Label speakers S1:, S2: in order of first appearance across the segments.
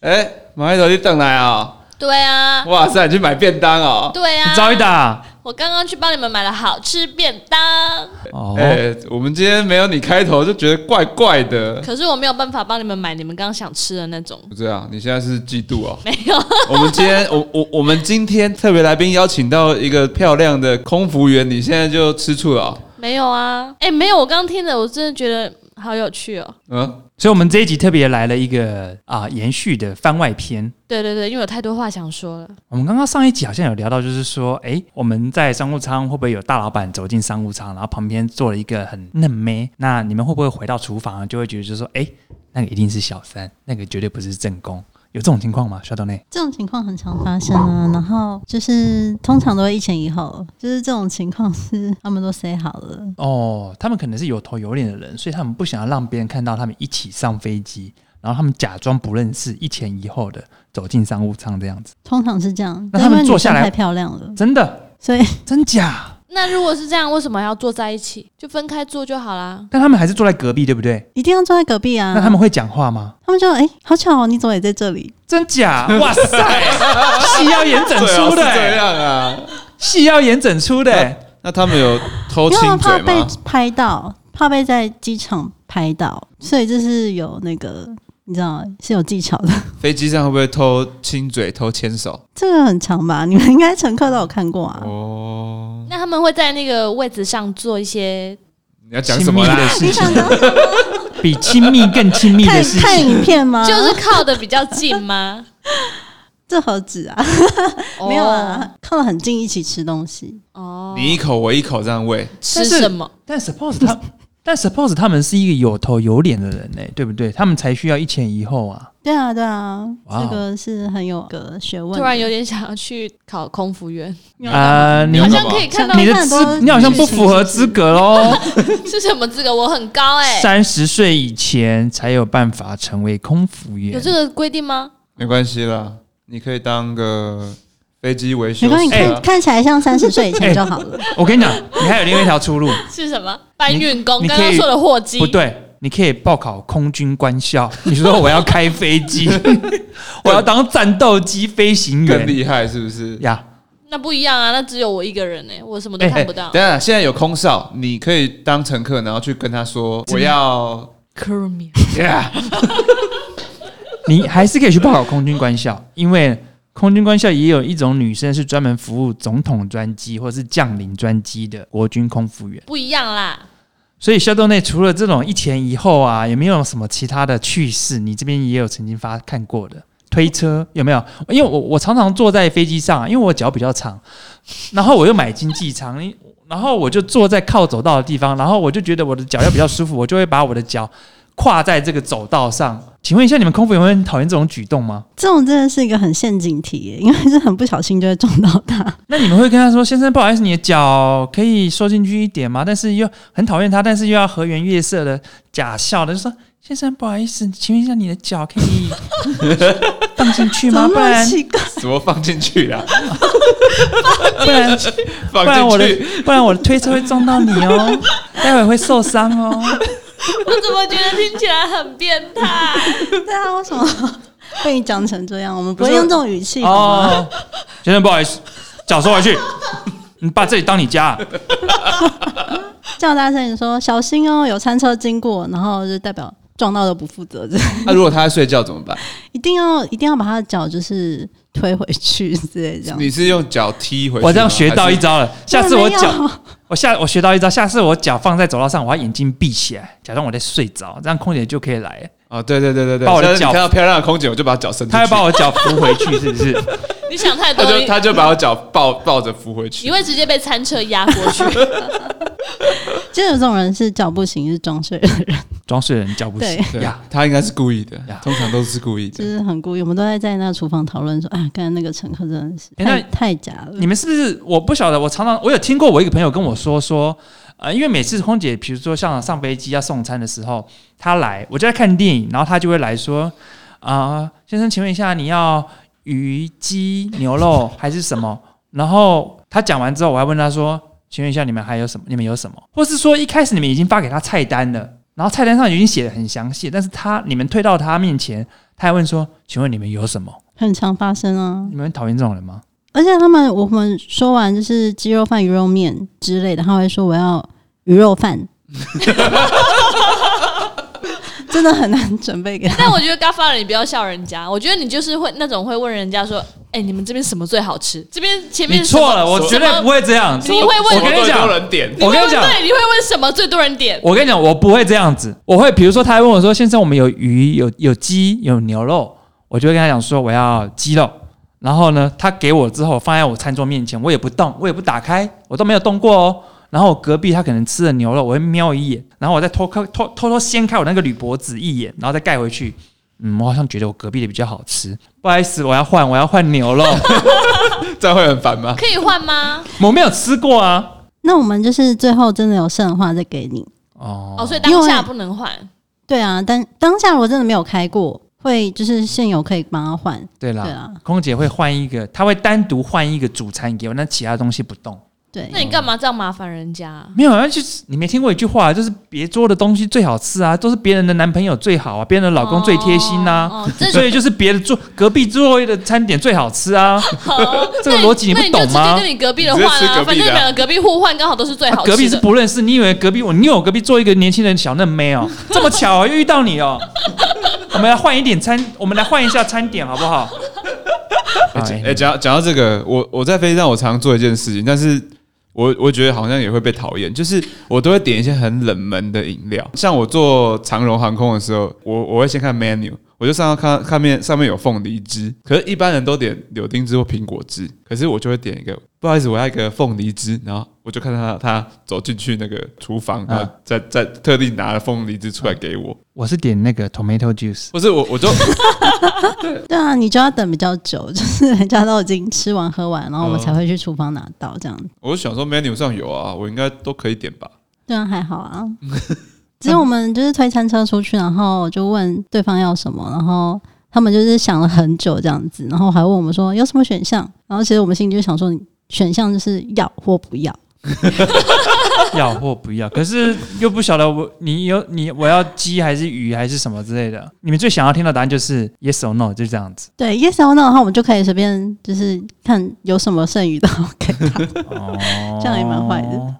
S1: 哎，马开头你等来啊、
S2: 对啊，
S1: 哇塞，你去买便当哦！
S2: 对啊，
S3: 你早一打
S2: 我刚刚去帮你们买了好吃便当，
S3: 哦。
S1: 哎、我们今天没有你开头就觉得怪怪的，
S2: 可是我没有办法帮你们买你们刚刚想吃的那种，。
S1: 不这样，你现在是嫉妒哦
S2: 没有。
S1: 我们今天，我我我们今天特别来宾邀请到一个漂亮的空服员，你现在就吃醋了、哦？
S2: 没有啊，哎、没有，我刚刚听的，我真的觉得好有趣哦。
S1: 嗯，
S3: 所以，我们这一集特别来了一个啊、延续的番外篇。
S2: 对对对，因为有太多话想说了。
S3: 我们刚刚上一集好像有聊到，就是说，哎、我们在商务舱会不会有大老板走进商务舱，然后旁边坐了一个很嫩妹？那你们会不会回到厨房就会觉得，就是说，哎、那个一定是小三，那个绝对不是正宫？有这种情况吗？小董内
S4: 这种情况很常发生啊，然后就是通常都会一前一后，就是这种情况是他们都 say 好了，
S3: 哦，他们可能是有头有脸的人，所以他们不想要让别人看到他们一起上飞机，然后他们假装不认识，一前一后的走进商务舱这样子。
S4: 通常是这样。
S3: 那他们
S4: 因为女
S3: 坐下来
S4: 生太漂亮了，
S3: 真的？
S4: 所以
S3: 真假？
S2: 那如果是这样，为什么要坐在一起？就分开坐就好啦。
S3: 但他们还是坐在隔壁，对不对？
S4: 一定要坐在隔壁啊。
S3: 那他们会讲话吗？
S4: 他们就哎、好巧、哦，你怎么也在这里？
S3: 真假？哇塞，戏要演整
S1: 对啊，
S3: 出
S1: 是
S3: 的、
S1: 这
S3: 欸，
S1: 样啊。
S3: 戏要演整出的、 欸。
S1: 那他们有偷
S4: 因为
S1: 亲
S4: 他们怕
S1: 嘴
S4: 被
S1: 吗？
S4: 拍到，怕被在机场拍到，所以这是有那个你知道是有技巧的，
S1: 飞机上会不会偷亲嘴、偷牵手？
S4: 这个很长吧？你们应该乘客都有看过啊。
S1: 哦，
S2: 那他们会在那个位置上做一些，
S1: 你要讲什么
S3: 亲 密的
S1: 啦？
S3: 事 情，比亲密更亲密
S4: 看
S3: 的事
S4: 看
S3: 情。
S4: 影片吗？
S2: 啊就是靠的比较近 吗？
S4: 这何止啊，
S3: 哦
S4: 没有啊，靠得很近一起吃东西。
S2: 哦。哦，
S1: 你一口我一口这样喂，
S2: 吃什么？
S3: 但 suppose 他， 但 suppose 他们是一个有头有脸的人呢、对不对？他们才需要一前一后啊。
S4: 对啊，对啊，
S3: 哇哦
S4: 这个是很有个学问的。
S2: 突然有点想要去考空服员，
S3: 啊、你
S1: 要干
S2: 好像
S1: 嘛
S2: 可以看到
S3: 你的
S4: 看很多
S3: 资，你好像不符合
S4: 事
S3: 资
S4: 情
S3: 格喽。
S2: 是什么资格，我很高哎、
S3: 三十岁以前才有办法成为空服员
S2: 有。这个规定吗？
S1: 没关系啦，你可以当个飞机维修
S4: 没关系，
S1: 师
S4: 你
S3: 哎
S1: 啊
S4: 看、。看起来像 三十岁以前就好了。
S3: 我跟你讲，你还有另外一条出路，
S2: 是什么搬运工？
S3: 你
S2: 刚刚
S3: 可以
S2: 说的货机
S3: 不对。你可以报考空军官校。 你说我要开飞机，我要当战斗机飞行
S1: 更
S3: 员
S1: 厉害是不是？
S3: 呀！
S2: 那不一样啊，那只有我一个人呢、我什么都
S3: 哎
S2: 看不到。
S1: 等一下，现在有空少，你可以当乘客，然后去跟他说我要
S2: Crew me，
S1: yeah,
S3: 你还是可以去报考空军官校，因为空军官校也有一种女生是专门服务总统专机或是将领专机的国军空服员。
S2: 不一样啦。
S3: 所以校斗内除了这种一前一后啊，有没有什么其他的趣事？你这边也有曾经发看过的推车有没有？因为我我常常坐在飞机上啊，因为我脚比较长，然后我又买经济舱，然后我就坐在靠走道的地方，然后我就觉得我的脚要比较舒服，我就会把我的脚跨在这个走道上。请问一下，你们空服员会很讨厌这种举动吗？
S4: 这种真的是一个很陷阱题耶，因为是很不小心就会撞到它。
S3: 那你们会跟他说：“先生，不好意思，你的脚可以收进去一点吗？”但是又很讨厌他，但是又要和颜悦色的假笑的，就说：“先生，不好意思，请问一下，你的脚可 以放进去
S4: 怎
S3: 吗？
S4: 么
S3: 不
S4: 那么
S3: 然
S4: 奇怪？
S1: 怎么放进去啊啦？
S3: 不然不然
S1: 放进
S3: 我的
S1: 去，
S3: 不然我的推车会撞到你哦，待会会受伤哦。
S2: 我怎么觉得听起来很变态？
S4: 对啊，为什么被你讲成这样？我们不
S3: 不
S4: 会
S3: 是
S4: 用这种语气好吗？
S3: 哦，先生，不好意思，脚收回去，你把这里当你家啊。
S4: 叫大声你说小心哦，有餐车经过，然后就代表撞到的不负责任，
S3: 啊
S1: 那、如果他在睡觉怎么办？
S4: 一定要一定要把他的脚就是推回去之类这样。
S1: 你是用脚踢回去吗？
S3: 我这样学到
S1: 还
S3: 一
S1: 是
S3: 招了，下次我
S4: 没有
S3: 脚我下我学到一招，下次我脚放在走道上，我要眼睛闭起来，假装我在睡着，这样空姐就可以来。
S1: 哦，对对对对对，
S3: 把我的
S1: 下次你
S3: 脚
S1: 看到漂亮的空姐，我就把脚伸出去，
S3: 她会把我脚扶回去，是不是？
S2: 你想太
S1: 他
S2: 多，
S1: 就
S2: 你
S1: 他就把我脚抱抱着扶回去
S2: 你。会直接被餐车压过 去。
S4: 就有这种人是脚不行，是装睡的人，
S3: 装睡人叫不醒
S4: 对
S1: 对
S3: 呀。，
S1: 他应该是故意的
S3: 呀，
S1: 通常都是故意
S4: 就
S1: 的。
S4: 是很故意。我们都在在那个厨房讨论说，啊，刚才那个乘客真的是
S3: 哎
S4: 太、
S3: 那
S4: 太假了。
S3: 你们是不是？我不晓得，我常常我有听过，我一个朋友跟我说说，呃，因为每次空姐，比如说像上飞机要送餐的时候，她来，我就在看电影，然后她就会来说，啊、先生，请问一下，你要鱼、鸡、牛肉还是什么？然后她讲完之后，我还问她说，请问一下，你们还有什么？你们有什么？或是说一开始你们已经发给她菜单了，然后菜单上已经写的很详细，但是她你们退到她面前，他还问说：“请问你们有什么？
S4: 很常发生啊。
S3: 你们讨厌这种人吗
S4: 而且他们我们说完就是鸡肉饭、鱼肉面之类的，他会说我要鱼肉饭，真的很难准备给他。
S2: 但我觉得 Godfather 你不要笑人家，我觉得你就是会那种会问人家说，哎、你们这边什么最好吃？这边？”前面
S3: 你错了，
S2: 什么
S3: 我绝对不。会这样。
S2: 你会问
S3: 我跟你
S1: 多
S3: 讲，
S1: 人点，
S2: 什么
S3: 我跟你
S2: 你会
S3: 讲
S2: 问对，你会问什么最多人点？
S3: 我跟你讲，我不会这样子。我会比如说，他还问我说：“先生，我们有鱼、有有鸡、有牛肉。”我就会跟他讲说：“我要鸡肉。”然后呢，他给我之后放在我餐桌面前，我也不动，我也不打开，我都没有动过哦。然后我隔壁他可能吃了牛肉，我会瞄一眼，然后我再偷看偷偷偷掀开我那个铝箔纸一眼，然后再盖回去。嗯，我好像觉得我隔壁的比较好吃，不好意思，我要换，我要换 牛肉，
S1: 这样会很烦吗？
S2: 可以换吗？
S3: 我没有吃过啊。
S4: 那我们就是最后真的有剩的话再给你。
S3: 哦，
S2: 哦，所以当下不能换。
S4: 对啊，但当下我真的没有开过，会就是现有可以帮他换。
S3: 对
S4: 对
S3: 啦，
S4: 啊，
S3: 空姐会换一个，她会单独换一个主餐给我，那其他东西不动。
S4: 对
S2: 那，你干嘛这样麻烦人家？
S3: 没有，啊，就是你没听过一句话，就是别桌的东西最好吃啊，都是别人的男朋友最好啊，别人的老公最贴心啊呐、
S2: 哦， 哦这
S3: 所以就是别的桌隔壁座位的餐点最好吃啊，
S2: 好，
S3: 这个逻辑你不
S2: 那
S3: 懂
S2: 那
S3: 吗
S2: 你就直接跟你隔壁的
S1: 你
S2: 换
S1: 直接吃
S2: 啊，
S1: 隔壁的啊
S2: 反正两个隔壁互换，刚好都是最好吃的。
S3: 隔壁是不认识，你以为隔壁我你以为我隔壁坐一个年轻人小嫩妹哦，这么巧、啊、又遇到你哦，我们来换一点餐，我们来换一下餐点好不好？
S1: 哎、讲到讲到这个，我我在飞机上我常做一件事情，但是我我觉得好像也会被讨厌，就是我都会点一些很冷门的饮料。像我坐长荣航空的时候，我我会先看 menu，我就上到看看面上面有凤梨汁，可是一般人都点柳丁汁或苹果汁，可是我就会点一个，不好意思，我要一个凤梨汁，然后我就看到他他走进去那个厨房，然后
S3: 啊
S1: 再再特地拿了凤梨汁出来给我，
S3: 我是点那个 tomato juice，
S1: 不是我我就
S4: 对啊，你就要等比较久，就是人家都已经吃完喝完，然后我们
S1: 哦
S4: 才会去厨房拿到这样。
S1: 我就想说 menu 上有啊，我应该都可以点吧。
S4: 对啊，还好啊。只是我们就是推餐车出去，然后就问对方要什么，然后他们就是想了很久这样子，然后还问我们说有什么选项，然后其实我们心里就想说，选项就是要或不要。
S3: 要或不要，可是又不晓得我你有你我要鸡还是鱼还是什么之类的。你们最想要听到答案就是 yes or no，就这样子。
S4: 对，yes or no 的话，我们就可以随便就是看有什么剩余的，我给他。
S3: 哦，
S4: 这样也蛮坏的。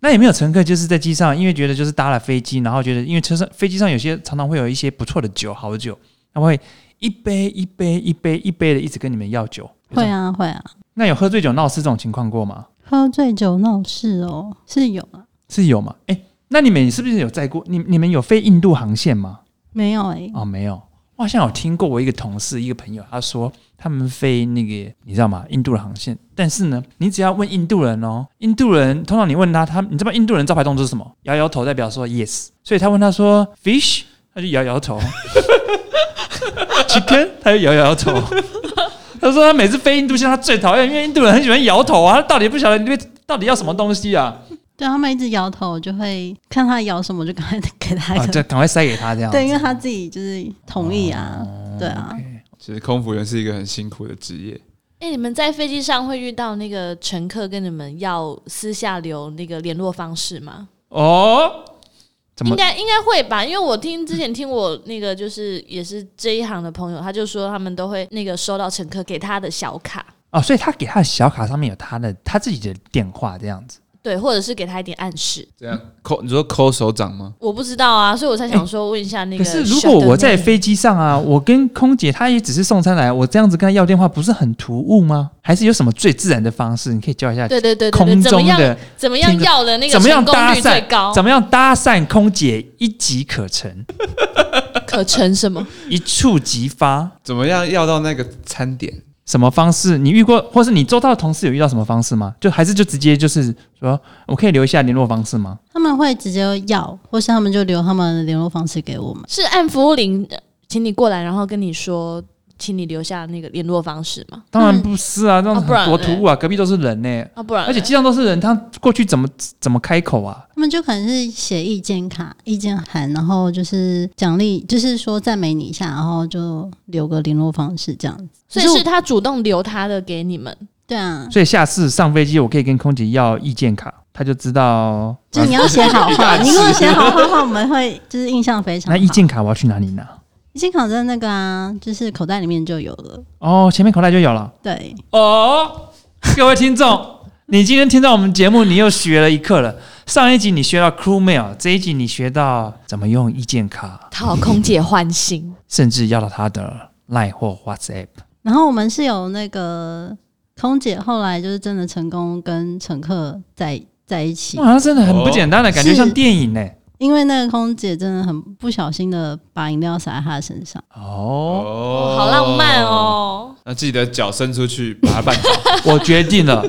S3: 那有没有乘客就是在机上，因为觉得就是搭了飞机，然后觉得因为车上飞机上有些常常会有一些不错的酒，好酒，他们会一杯一杯一杯一杯的一直跟你们要酒。
S4: 会。啊，会啊。
S3: 那有喝醉酒闹事这种情况过吗？
S4: 喝醉酒闹事哦，是有啊，
S3: 是有吗？哎、那你们是不是有载过？你你们有飞印度航线吗？
S4: 没有哎、
S3: 哦，没有，我好像有听过我一个同事、一个朋友，他说他们飞那个你知道吗？印度的航线，但是呢，你只要问印度人哦，印度人通常你问他，他你知道印度人招牌动作是什么？摇摇头代表说 yes，所以他问他说 fish，他就摇摇头 ，chicken，他就摇摇头。他说他每次飞印度线，他最讨厌，因为印度人很喜欢摇头啊，他到底不晓得你到底要什么东西啊，
S4: 对他们一直摇头，我就会看他摇什么，我就赶快给他一
S3: 啊，
S4: 个。
S3: 就赶快塞给他这样子。
S4: 对，因为他自己就是同意啊，对啊。
S3: 哦 OK
S1: 其实空服员是一个很辛苦的职业，
S2: 哎、你们在飞机上会遇到那个乘客跟你们要私下留那个联络方式吗？
S3: 哦，怎么
S2: 应该应该会吧，因为我听之前听我那个就是也是这一行的朋友，他就说他们都会那个收到乘客给他的小卡，
S3: 哦，所以他给他的小卡上面有他的他自己的电话这样子。
S2: 对，或者是给他一点暗示。
S1: 这样抠你说抠手掌吗？
S2: 我不知道啊，所以我才想说问一下那
S3: 哎可
S2: 个。
S3: 是如果我在，飞机上啊，我跟空姐她也只是送餐来，我这样子跟她要电话，不是很突兀吗？还是有什么最自然的方式？你可以教一下
S2: 对对对对
S3: 空
S2: 对，怎么
S3: 中
S2: 样哦
S3: 的
S2: 怎么样要的那个
S3: 怎么样
S2: 成功
S3: 搭
S2: 率最高
S3: 讪，，怎么样搭讪空姐一即可成，
S2: 可成什么？
S3: 一触即发。
S1: 怎么样要到那个餐点？
S3: 什么方式？你遇过，或是你周到的同事有遇到什么方式吗？就还是就直接就是说，我可以留一下联络方式吗？
S4: 他们会直接要，或是他们就留他们的联络方式给我们。
S2: 是按服务铃，呃请你过来，然后跟你说，请你留下那个联络方式吗？
S3: 当然不是啊，这样
S2: 啊不然
S3: 多突兀啊，隔壁都是人呢、
S2: 啊，不然呢，
S3: 而且机上都是人，他过去怎么怎么开口啊？
S4: 他们就可能是写意见卡、意见函，然后就是奖励，就是说赞美你一下，然后就留个联络方式这样子。
S2: 所以
S4: 可
S2: 是
S4: 我
S2: 他主动留他的给你们，
S4: 对啊，
S3: 所以下次上飞机，我可以跟空姐要意见卡，他就知道。啊
S4: 就是你要写好话，你如果写好话的话，我们会就是印象非常
S3: 那
S4: 好。
S3: 意见卡我要去哪里拿？
S4: 新考证那个啊，就是口袋里面就有了。
S3: 哦，前面口袋就有了。
S4: 对，
S3: 哦，各位听众，你今天听到我们节目，你又学了一课了。上一集你学到 crew mail，这一集你学到怎么用意见卡，
S2: 讨空姐欢心。
S3: 甚至要到他的 line 或 WhatsApp。
S4: 然后我们是有那个空姐，后来就是真的成功跟乘客在在一起
S3: 哇，，那真的很不简单的、感觉，
S4: 是
S3: 像电影呢、哦
S4: 因为那个空姐真的很不小心的把饮料洒在她的身上。
S3: 哦，
S1: 哦
S2: 哦，好浪漫！哦！
S1: 那记得脚伸出去，把它绊 倒。
S3: 我决定了，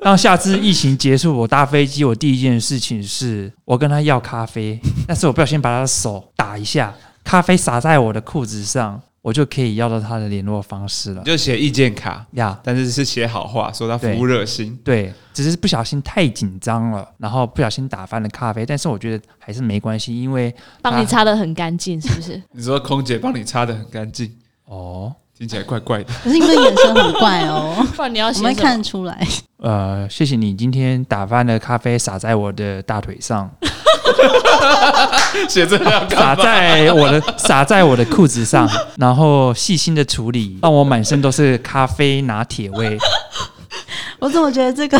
S3: 当下次疫情结束，我搭飞机，我第一件事情是我跟他要咖啡，但是我不小心把他的手打一下，咖啡洒在我的裤子上，我就可以要到他的联络方式了
S1: 你就写意见卡，
S3: 呀。
S1: 但是是写好话，说他服务热心。
S3: 对，只是不小心太紧张了，然后不小心打翻了咖啡，但是我觉得还是没关系，因为
S2: 帮你擦的很干净，是不是？
S1: 你说空姐帮你擦的很干净，
S3: 哦，
S1: 听起来怪 怪的。
S4: 可是你们眼神很怪哦，
S2: 不然你要
S4: 我
S2: 写
S4: 们
S2: 什么？
S4: 看出来。
S3: 呃，谢谢你今天打翻了咖啡，洒在我的大腿上，
S1: 写这个要干
S3: 洒
S1: 嘛？
S3: 在我的 洒在我的裤子上，然后细心的处理，让我满身都是咖啡拿铁 味。
S4: 我怎么觉得这个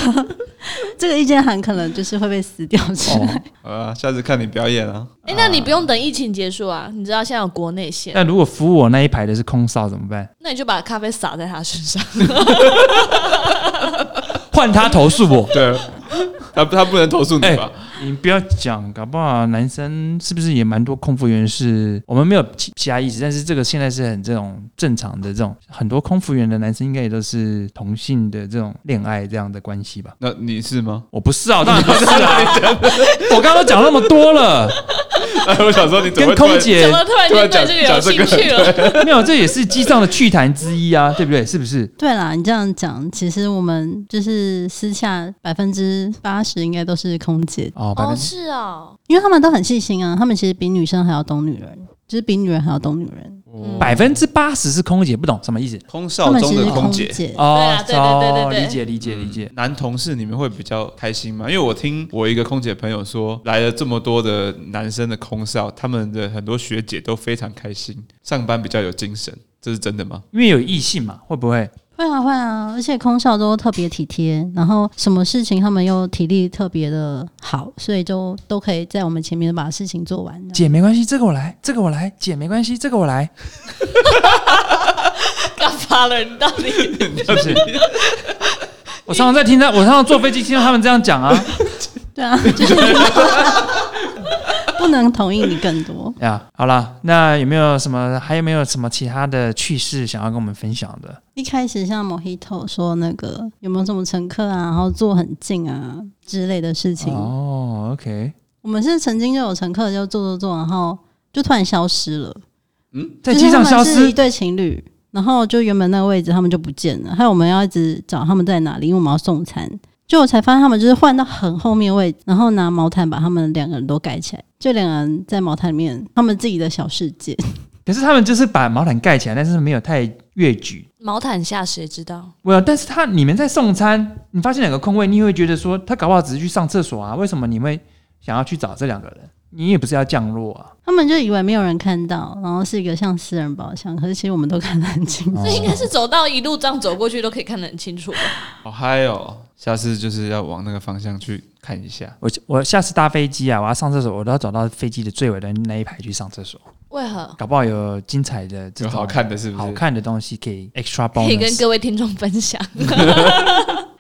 S4: 这个意见函可能就是会被撕掉之类
S3: 哦，
S1: 好啊，下次看你表演啊。
S2: 哎、那你不用等疫情结束啊，你知道现在有国内线，
S3: 那如果服务我那一排的是空少怎么办？
S2: 那你就把咖啡洒在他身 上。
S3: 换他投诉 我。
S1: 对，啊他他不能投诉你吧？
S3: 你不要讲，搞不好男生是不是也蛮多空服员是？我们没有其其他意思，但是这个现在是很这种正常的这种，很多空服员的男生应该也都是同性的这种恋爱这样的关系吧？
S1: 那你是吗？
S3: 我不是啊，我当然不是啊， 我刚刚讲那么多了，
S1: 哎， 我想说 你怎么
S3: 跟
S1: 会突
S3: 空
S1: 然
S3: 姐
S2: 怎么突然
S1: 突
S2: 间
S1: 然
S2: 对
S1: 讲
S2: 这个有
S1: 讲这
S2: 兴
S1: 个
S2: 趣了？
S3: 没有，这也是机上的趣谈之一啊，对不对？是不是？
S4: 对啦，你这样讲，其实我们就是私下百分之八十应该都是空姐，
S3: 哦，百分
S2: 哦，
S3: 之
S2: 是哦，
S4: 因为他们都很细心啊，他们其实比女生还要懂女人，就是比女人还要懂女人。
S2: 嗯
S3: 百分之八十是空姐，不懂什么意思？
S1: 空
S4: 他
S1: 少
S4: 们
S1: 中
S4: 其实
S1: 的
S4: 是空
S1: 姐。
S3: 哦，
S2: 对啊对对对对
S3: 哦
S2: 对
S3: 理解理解理解。
S1: 嗯男同事你们会比较开心吗？因为我听我一个空姐朋友说，来了这么多的男生的空少，他们的很多学姐都非常开心，上班比较有精神，这是真的吗？
S3: 因为有异性嘛，会不会？
S4: 会啊会啊，而且空少都特别体贴，然后什么事情他们又体力特别的好，所以就都可以在我们前面把事情做完这样。
S3: 姐没关系，这个我来，这个我来。姐没关系，这个我来。
S2: 干嘛了？你到底
S3: 是不是？我常常在听到，我常常坐飞机听到他们这样讲啊，
S4: 对啊，就是 不能同意你更多。
S3: 呀，好啦，那有没有什么，还有没有什么其他的趣事想要跟我们分享的？
S4: 一开始像 Mojito 说那个有没有什么乘客啊，然后坐很近啊之类的事情，
S3: 哦，OK，
S4: 我们是曾经就有乘客就坐坐坐，然后就突然消失了，
S3: 在机上
S4: 就是他
S3: 消
S4: 们是一
S3: 失，
S4: 对情侣，然后就原本那个位置他们就不见了，还有我们要一直找他们在哪里，因为我们要送餐。就我才发现他们就是换到很后面位置，然后拿毛毯把他们两个人都盖起来，就两个人在毛毯里面他们自己的小世界。
S3: 可是他们就是把毛毯盖起来，但是没有太越矩。
S2: 毛毯下谁知道？
S3: 我，但是他你们在送餐，你发现两个空位，你会觉得说他搞不好只是去上厕所啊？为什么你会想要去找这两个人？你也不是要降落啊？
S4: 他们就以为没有人看到，然后是一个像私人包厢，可是其实我们都看得很清
S3: 哦
S4: 楚。
S2: 这应该是走到一路这样走过去都可以看得很清楚吧？
S1: 好嗨哦！下次就是要往那个方向去看一下。
S3: 我我下次搭飞机啊，我要上厕所，我都要走到飞机的最尾的那一排去上厕所。
S2: 为何？
S3: 搞不好有精彩的这
S1: 有
S3: 种
S1: 好看的是不是？
S3: 好看的东西可以 extra
S2: 可以跟
S3: bonus。
S2: 各位听众分 享。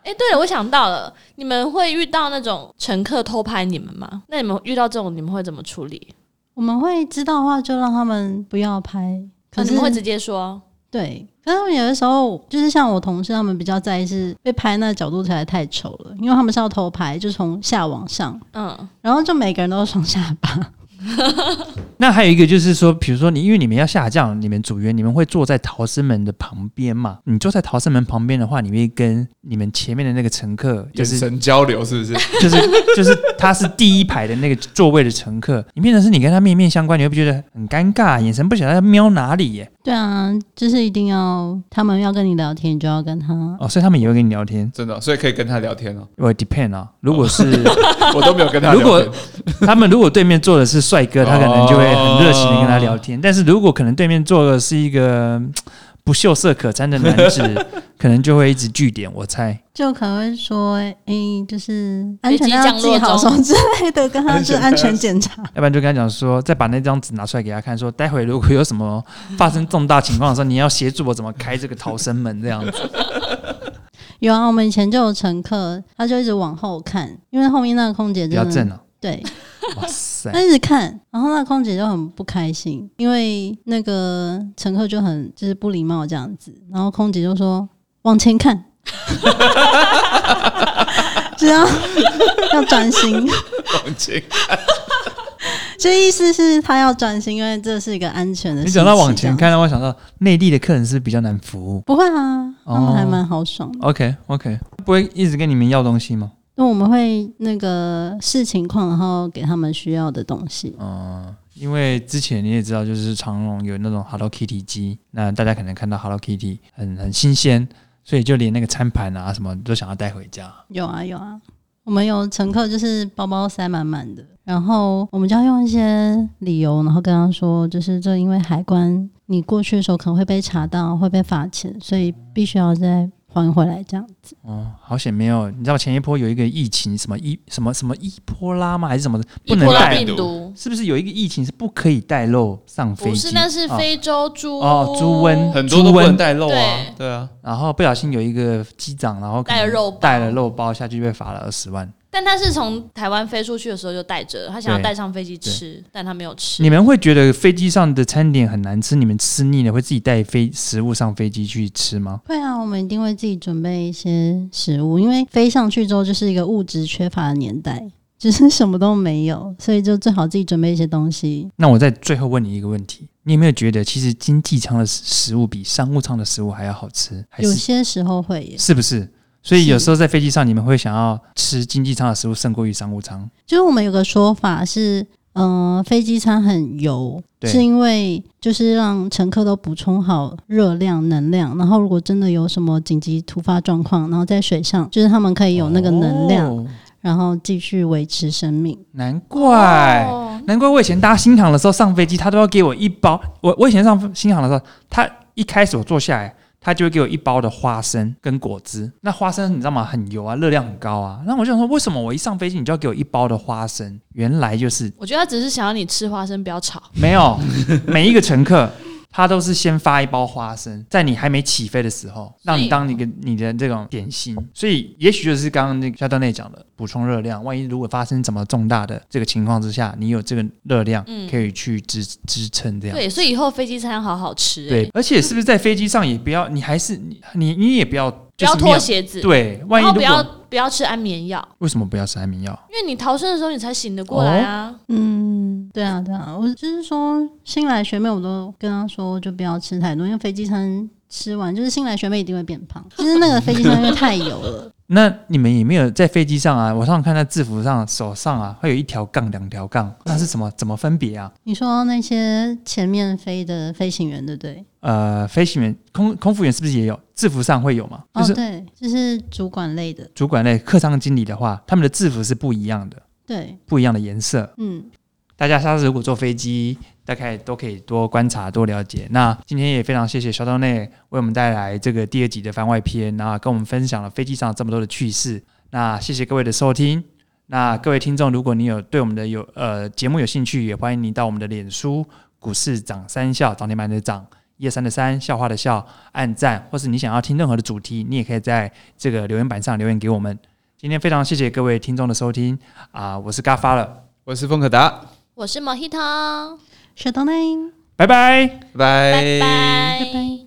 S2: 哎、对了，我想到了，你们会遇到那种乘客偷拍你们吗？那你们遇到这种，你们会怎么处理？
S4: 我们会知道的话，就让他们不要拍。可
S2: 可哦
S4: 是、
S2: 你们会直接说，
S4: 对，可是他们有的时候就是像我同事，他们比较在意是被拍那角度实在太丑了，因为他们是要偷拍，就从下往上，
S2: 嗯，
S4: 然后就每个人都是双下巴。
S3: 那还有一个就是说，比如说你，因为你们要下降，你们组员你们会坐在逃生门的旁边嘛？你坐在逃生门旁边的话，你会跟你们前面的那个乘客，就
S1: 眼
S3: 是
S1: 神交流是不是？
S3: 就是就是他是第一排的那个座位的乘客，你变成是你跟他面面相关，你会不会觉得很尴尬，眼神不晓得要瞄哪里耶？
S4: 对啊，就是一定要他们要跟你聊天，你就要跟他。
S3: 哦，所以他们也会跟你聊天。
S1: 真的哦、所以可以跟他聊天 哦。
S3: 我 depend 啊，如果是
S1: 我都没有跟他聊天。
S3: 如果他们如果对面坐的是帅哥，他可能就会会很热情的跟他聊天。但是如果可能对面坐的是一个嗯不秀色可餐的男子，可能就会一直据点。我猜，
S4: 就可能会说，哎、就是安全
S2: 飞机
S4: 带要
S2: 降
S4: 系
S2: 落
S4: 好什
S2: 中
S4: 么之类的，跟他
S1: 安
S4: 是
S1: 全带
S4: 安全检查。
S3: 要不然就跟他讲说，再把那张纸拿出来给他看，说待会如果有什么发生重大情况的时候，你要协助我怎么开这个逃生门这样子。
S4: 有啊，我们以前就有乘客，他就一直往后看，因为后面那个空姐
S3: 比较
S4: 真
S3: 正
S4: 的
S3: 哦，
S4: 对，
S3: 哇塞
S4: 他！一直看，然后那空姐就很不开心，因为那个乘客就很就是不礼貌这样子，然后空姐就说往前看， 只要 要专心，
S1: 往前
S4: 就意思是他要专心，因为这是一个安全的事
S3: 你
S4: 情。
S3: 讲到往前
S4: 这样，
S3: 看，让我想到内地的客人是不是比较难服务。
S4: 不会啊，他
S3: 哦
S4: 们还蛮豪爽的。
S3: OK OK，不会一直跟你们要东西吗？
S4: 那、我们会那个视情况，然后给他们需要的东西。
S3: 嗯，因为之前你也知道，就是长隆有那种 Hello Kitty 机，那大家可能看到 Hello Kitty 很很新鲜，所以就连那个餐盘啊什么都想要带回家。
S4: 有啊有啊，我们有乘客就是包包塞满满的，然后我们就要用一些理由，然后跟他说，就是这因为海关你过去的时候可能会被查到，会被罚钱，所以必须要再还回来这样。
S3: 哦，好险没有！你知道前一波有一个疫情，什么伊什么什么伊波拉吗？还是什么的，
S2: 伊
S3: 不能
S2: 波拉
S3: 带
S2: 病毒
S3: 是不是有一个疫情是不可以带肉上飞
S2: 不
S3: 机？
S2: 是，那是
S3: 哦
S2: 非洲猪
S3: 哦猪瘟
S1: 很多都不能带肉啊
S2: 对，
S1: 对啊，
S3: 哦然后不小心有一个机长，然后可能
S2: 带了肉包
S3: 带了肉包下去被罚了二十万。
S2: 但他是从台湾飞出去的时候就带着，他想要
S3: 对
S2: 带上飞机吃，但他没有吃。
S3: 你们会觉得飞机上的餐点很难吃，你们吃腻了会自己带飞食物上飞机去吃吗？
S4: 会啊，我们一定会自己准备一些食物，因为飞上去之后就是一个物质缺乏的年代，就是什么都没有，所以就最好自己准备一些东西。
S3: 那我再最后问你一个问题，你有没有觉得其实经济舱的食物比商务舱的食物还要好吃？还
S4: 有
S3: 是
S4: 些时候会耶，
S3: 是不是？所以有
S4: 是
S3: 时候在飞机上，你们会想要吃经济舱的食物胜过于商务舱。
S4: 就是我们有个说法是，嗯、飞机餐很油，
S3: 对
S4: 是因为就是让乘客都补充好热量、能量，然后如果真的有什么紧急突发状况，然后在水上，就是他们可以有那个能量，
S3: 哦
S4: 然后继续维持生命。
S3: 难怪。
S2: 哦
S3: 难怪我以前搭新航的时候上飞机，他都要给我一包。我我以前上新航的时候，他一开始我坐下来，他就会给我一包的花生跟果汁。那花生你知道吗？很油啊，热量很高啊。那我就想说，为什么我一上飞机你就要给我一包的花生？原来就是
S2: 我觉得他只是想要你吃花生，不要吵。
S3: 没有每一个乘客。他都是先发一包花生，在你还没起飞的时候，让你当你个你的这种点心，所以也许就是刚刚那个肖丹内讲的补充热量。万一如果发生什么重大的这个情况之下，你有这个热量
S2: 嗯
S3: 可以去支支撑这样。
S2: 对，所以以后飞机餐要好好吃、
S3: 对
S2: 欸，，
S3: 而且是不是在飞机上也不要，你还是你你你也不要，
S2: 不
S3: 就是
S2: 要
S3: 没有
S2: 脱。鞋子，
S3: 对，万
S2: 然后
S3: 一如
S2: 不要
S3: 果
S2: 不要吃安眠药，
S3: 为什么不要吃安眠药？
S2: 因为你逃生的时候你才醒得过来啊。
S4: 嗯，对啊，对啊，我就是说，新来学妹我都跟她说，就不要吃太多，因为飞机餐吃完，就是新来学妹一定会变胖。 就是那个飞机餐因为太油了，
S3: 那你们有没有在飞机上啊？我上次看到制服上手上啊，会有一条杠、两条杠，那是什么？怎么分别啊？
S4: 你说那些前面飞的飞行员，对不对？
S3: 呃，飞行员、空空服员是不是也有制服上会有嘛？就
S4: 哦，
S3: 是
S4: 对，就是主管类的，
S3: 主管类、客舱经理的话，他们的制服是不一样的，
S4: 对，
S3: 不一样的颜色。
S4: 嗯。
S3: 大家下次如果坐飞机，大概都可以多观察、多了解。那今天也非常谢谢肖东内为我们带来这个第二集的番外篇，然后跟我们分享了飞机上这么多的趣事。那谢谢各位的收听。那各位听众，如果你有对我们的有呃节目有兴趣，也欢迎你到我们的脸书“股市涨三笑”涨停板的涨。一二三的三，笑话的笑，按赞，或是你想要听任何的主题，你也可以在这个留言板上留言给我们。今天非常谢谢各位听众的收听啊、我是嘎发了，
S1: 我是风可达，
S2: 我是 Mojito，
S4: 学到内。
S3: 拜拜。
S1: 拜
S2: 拜拜
S4: 拜拜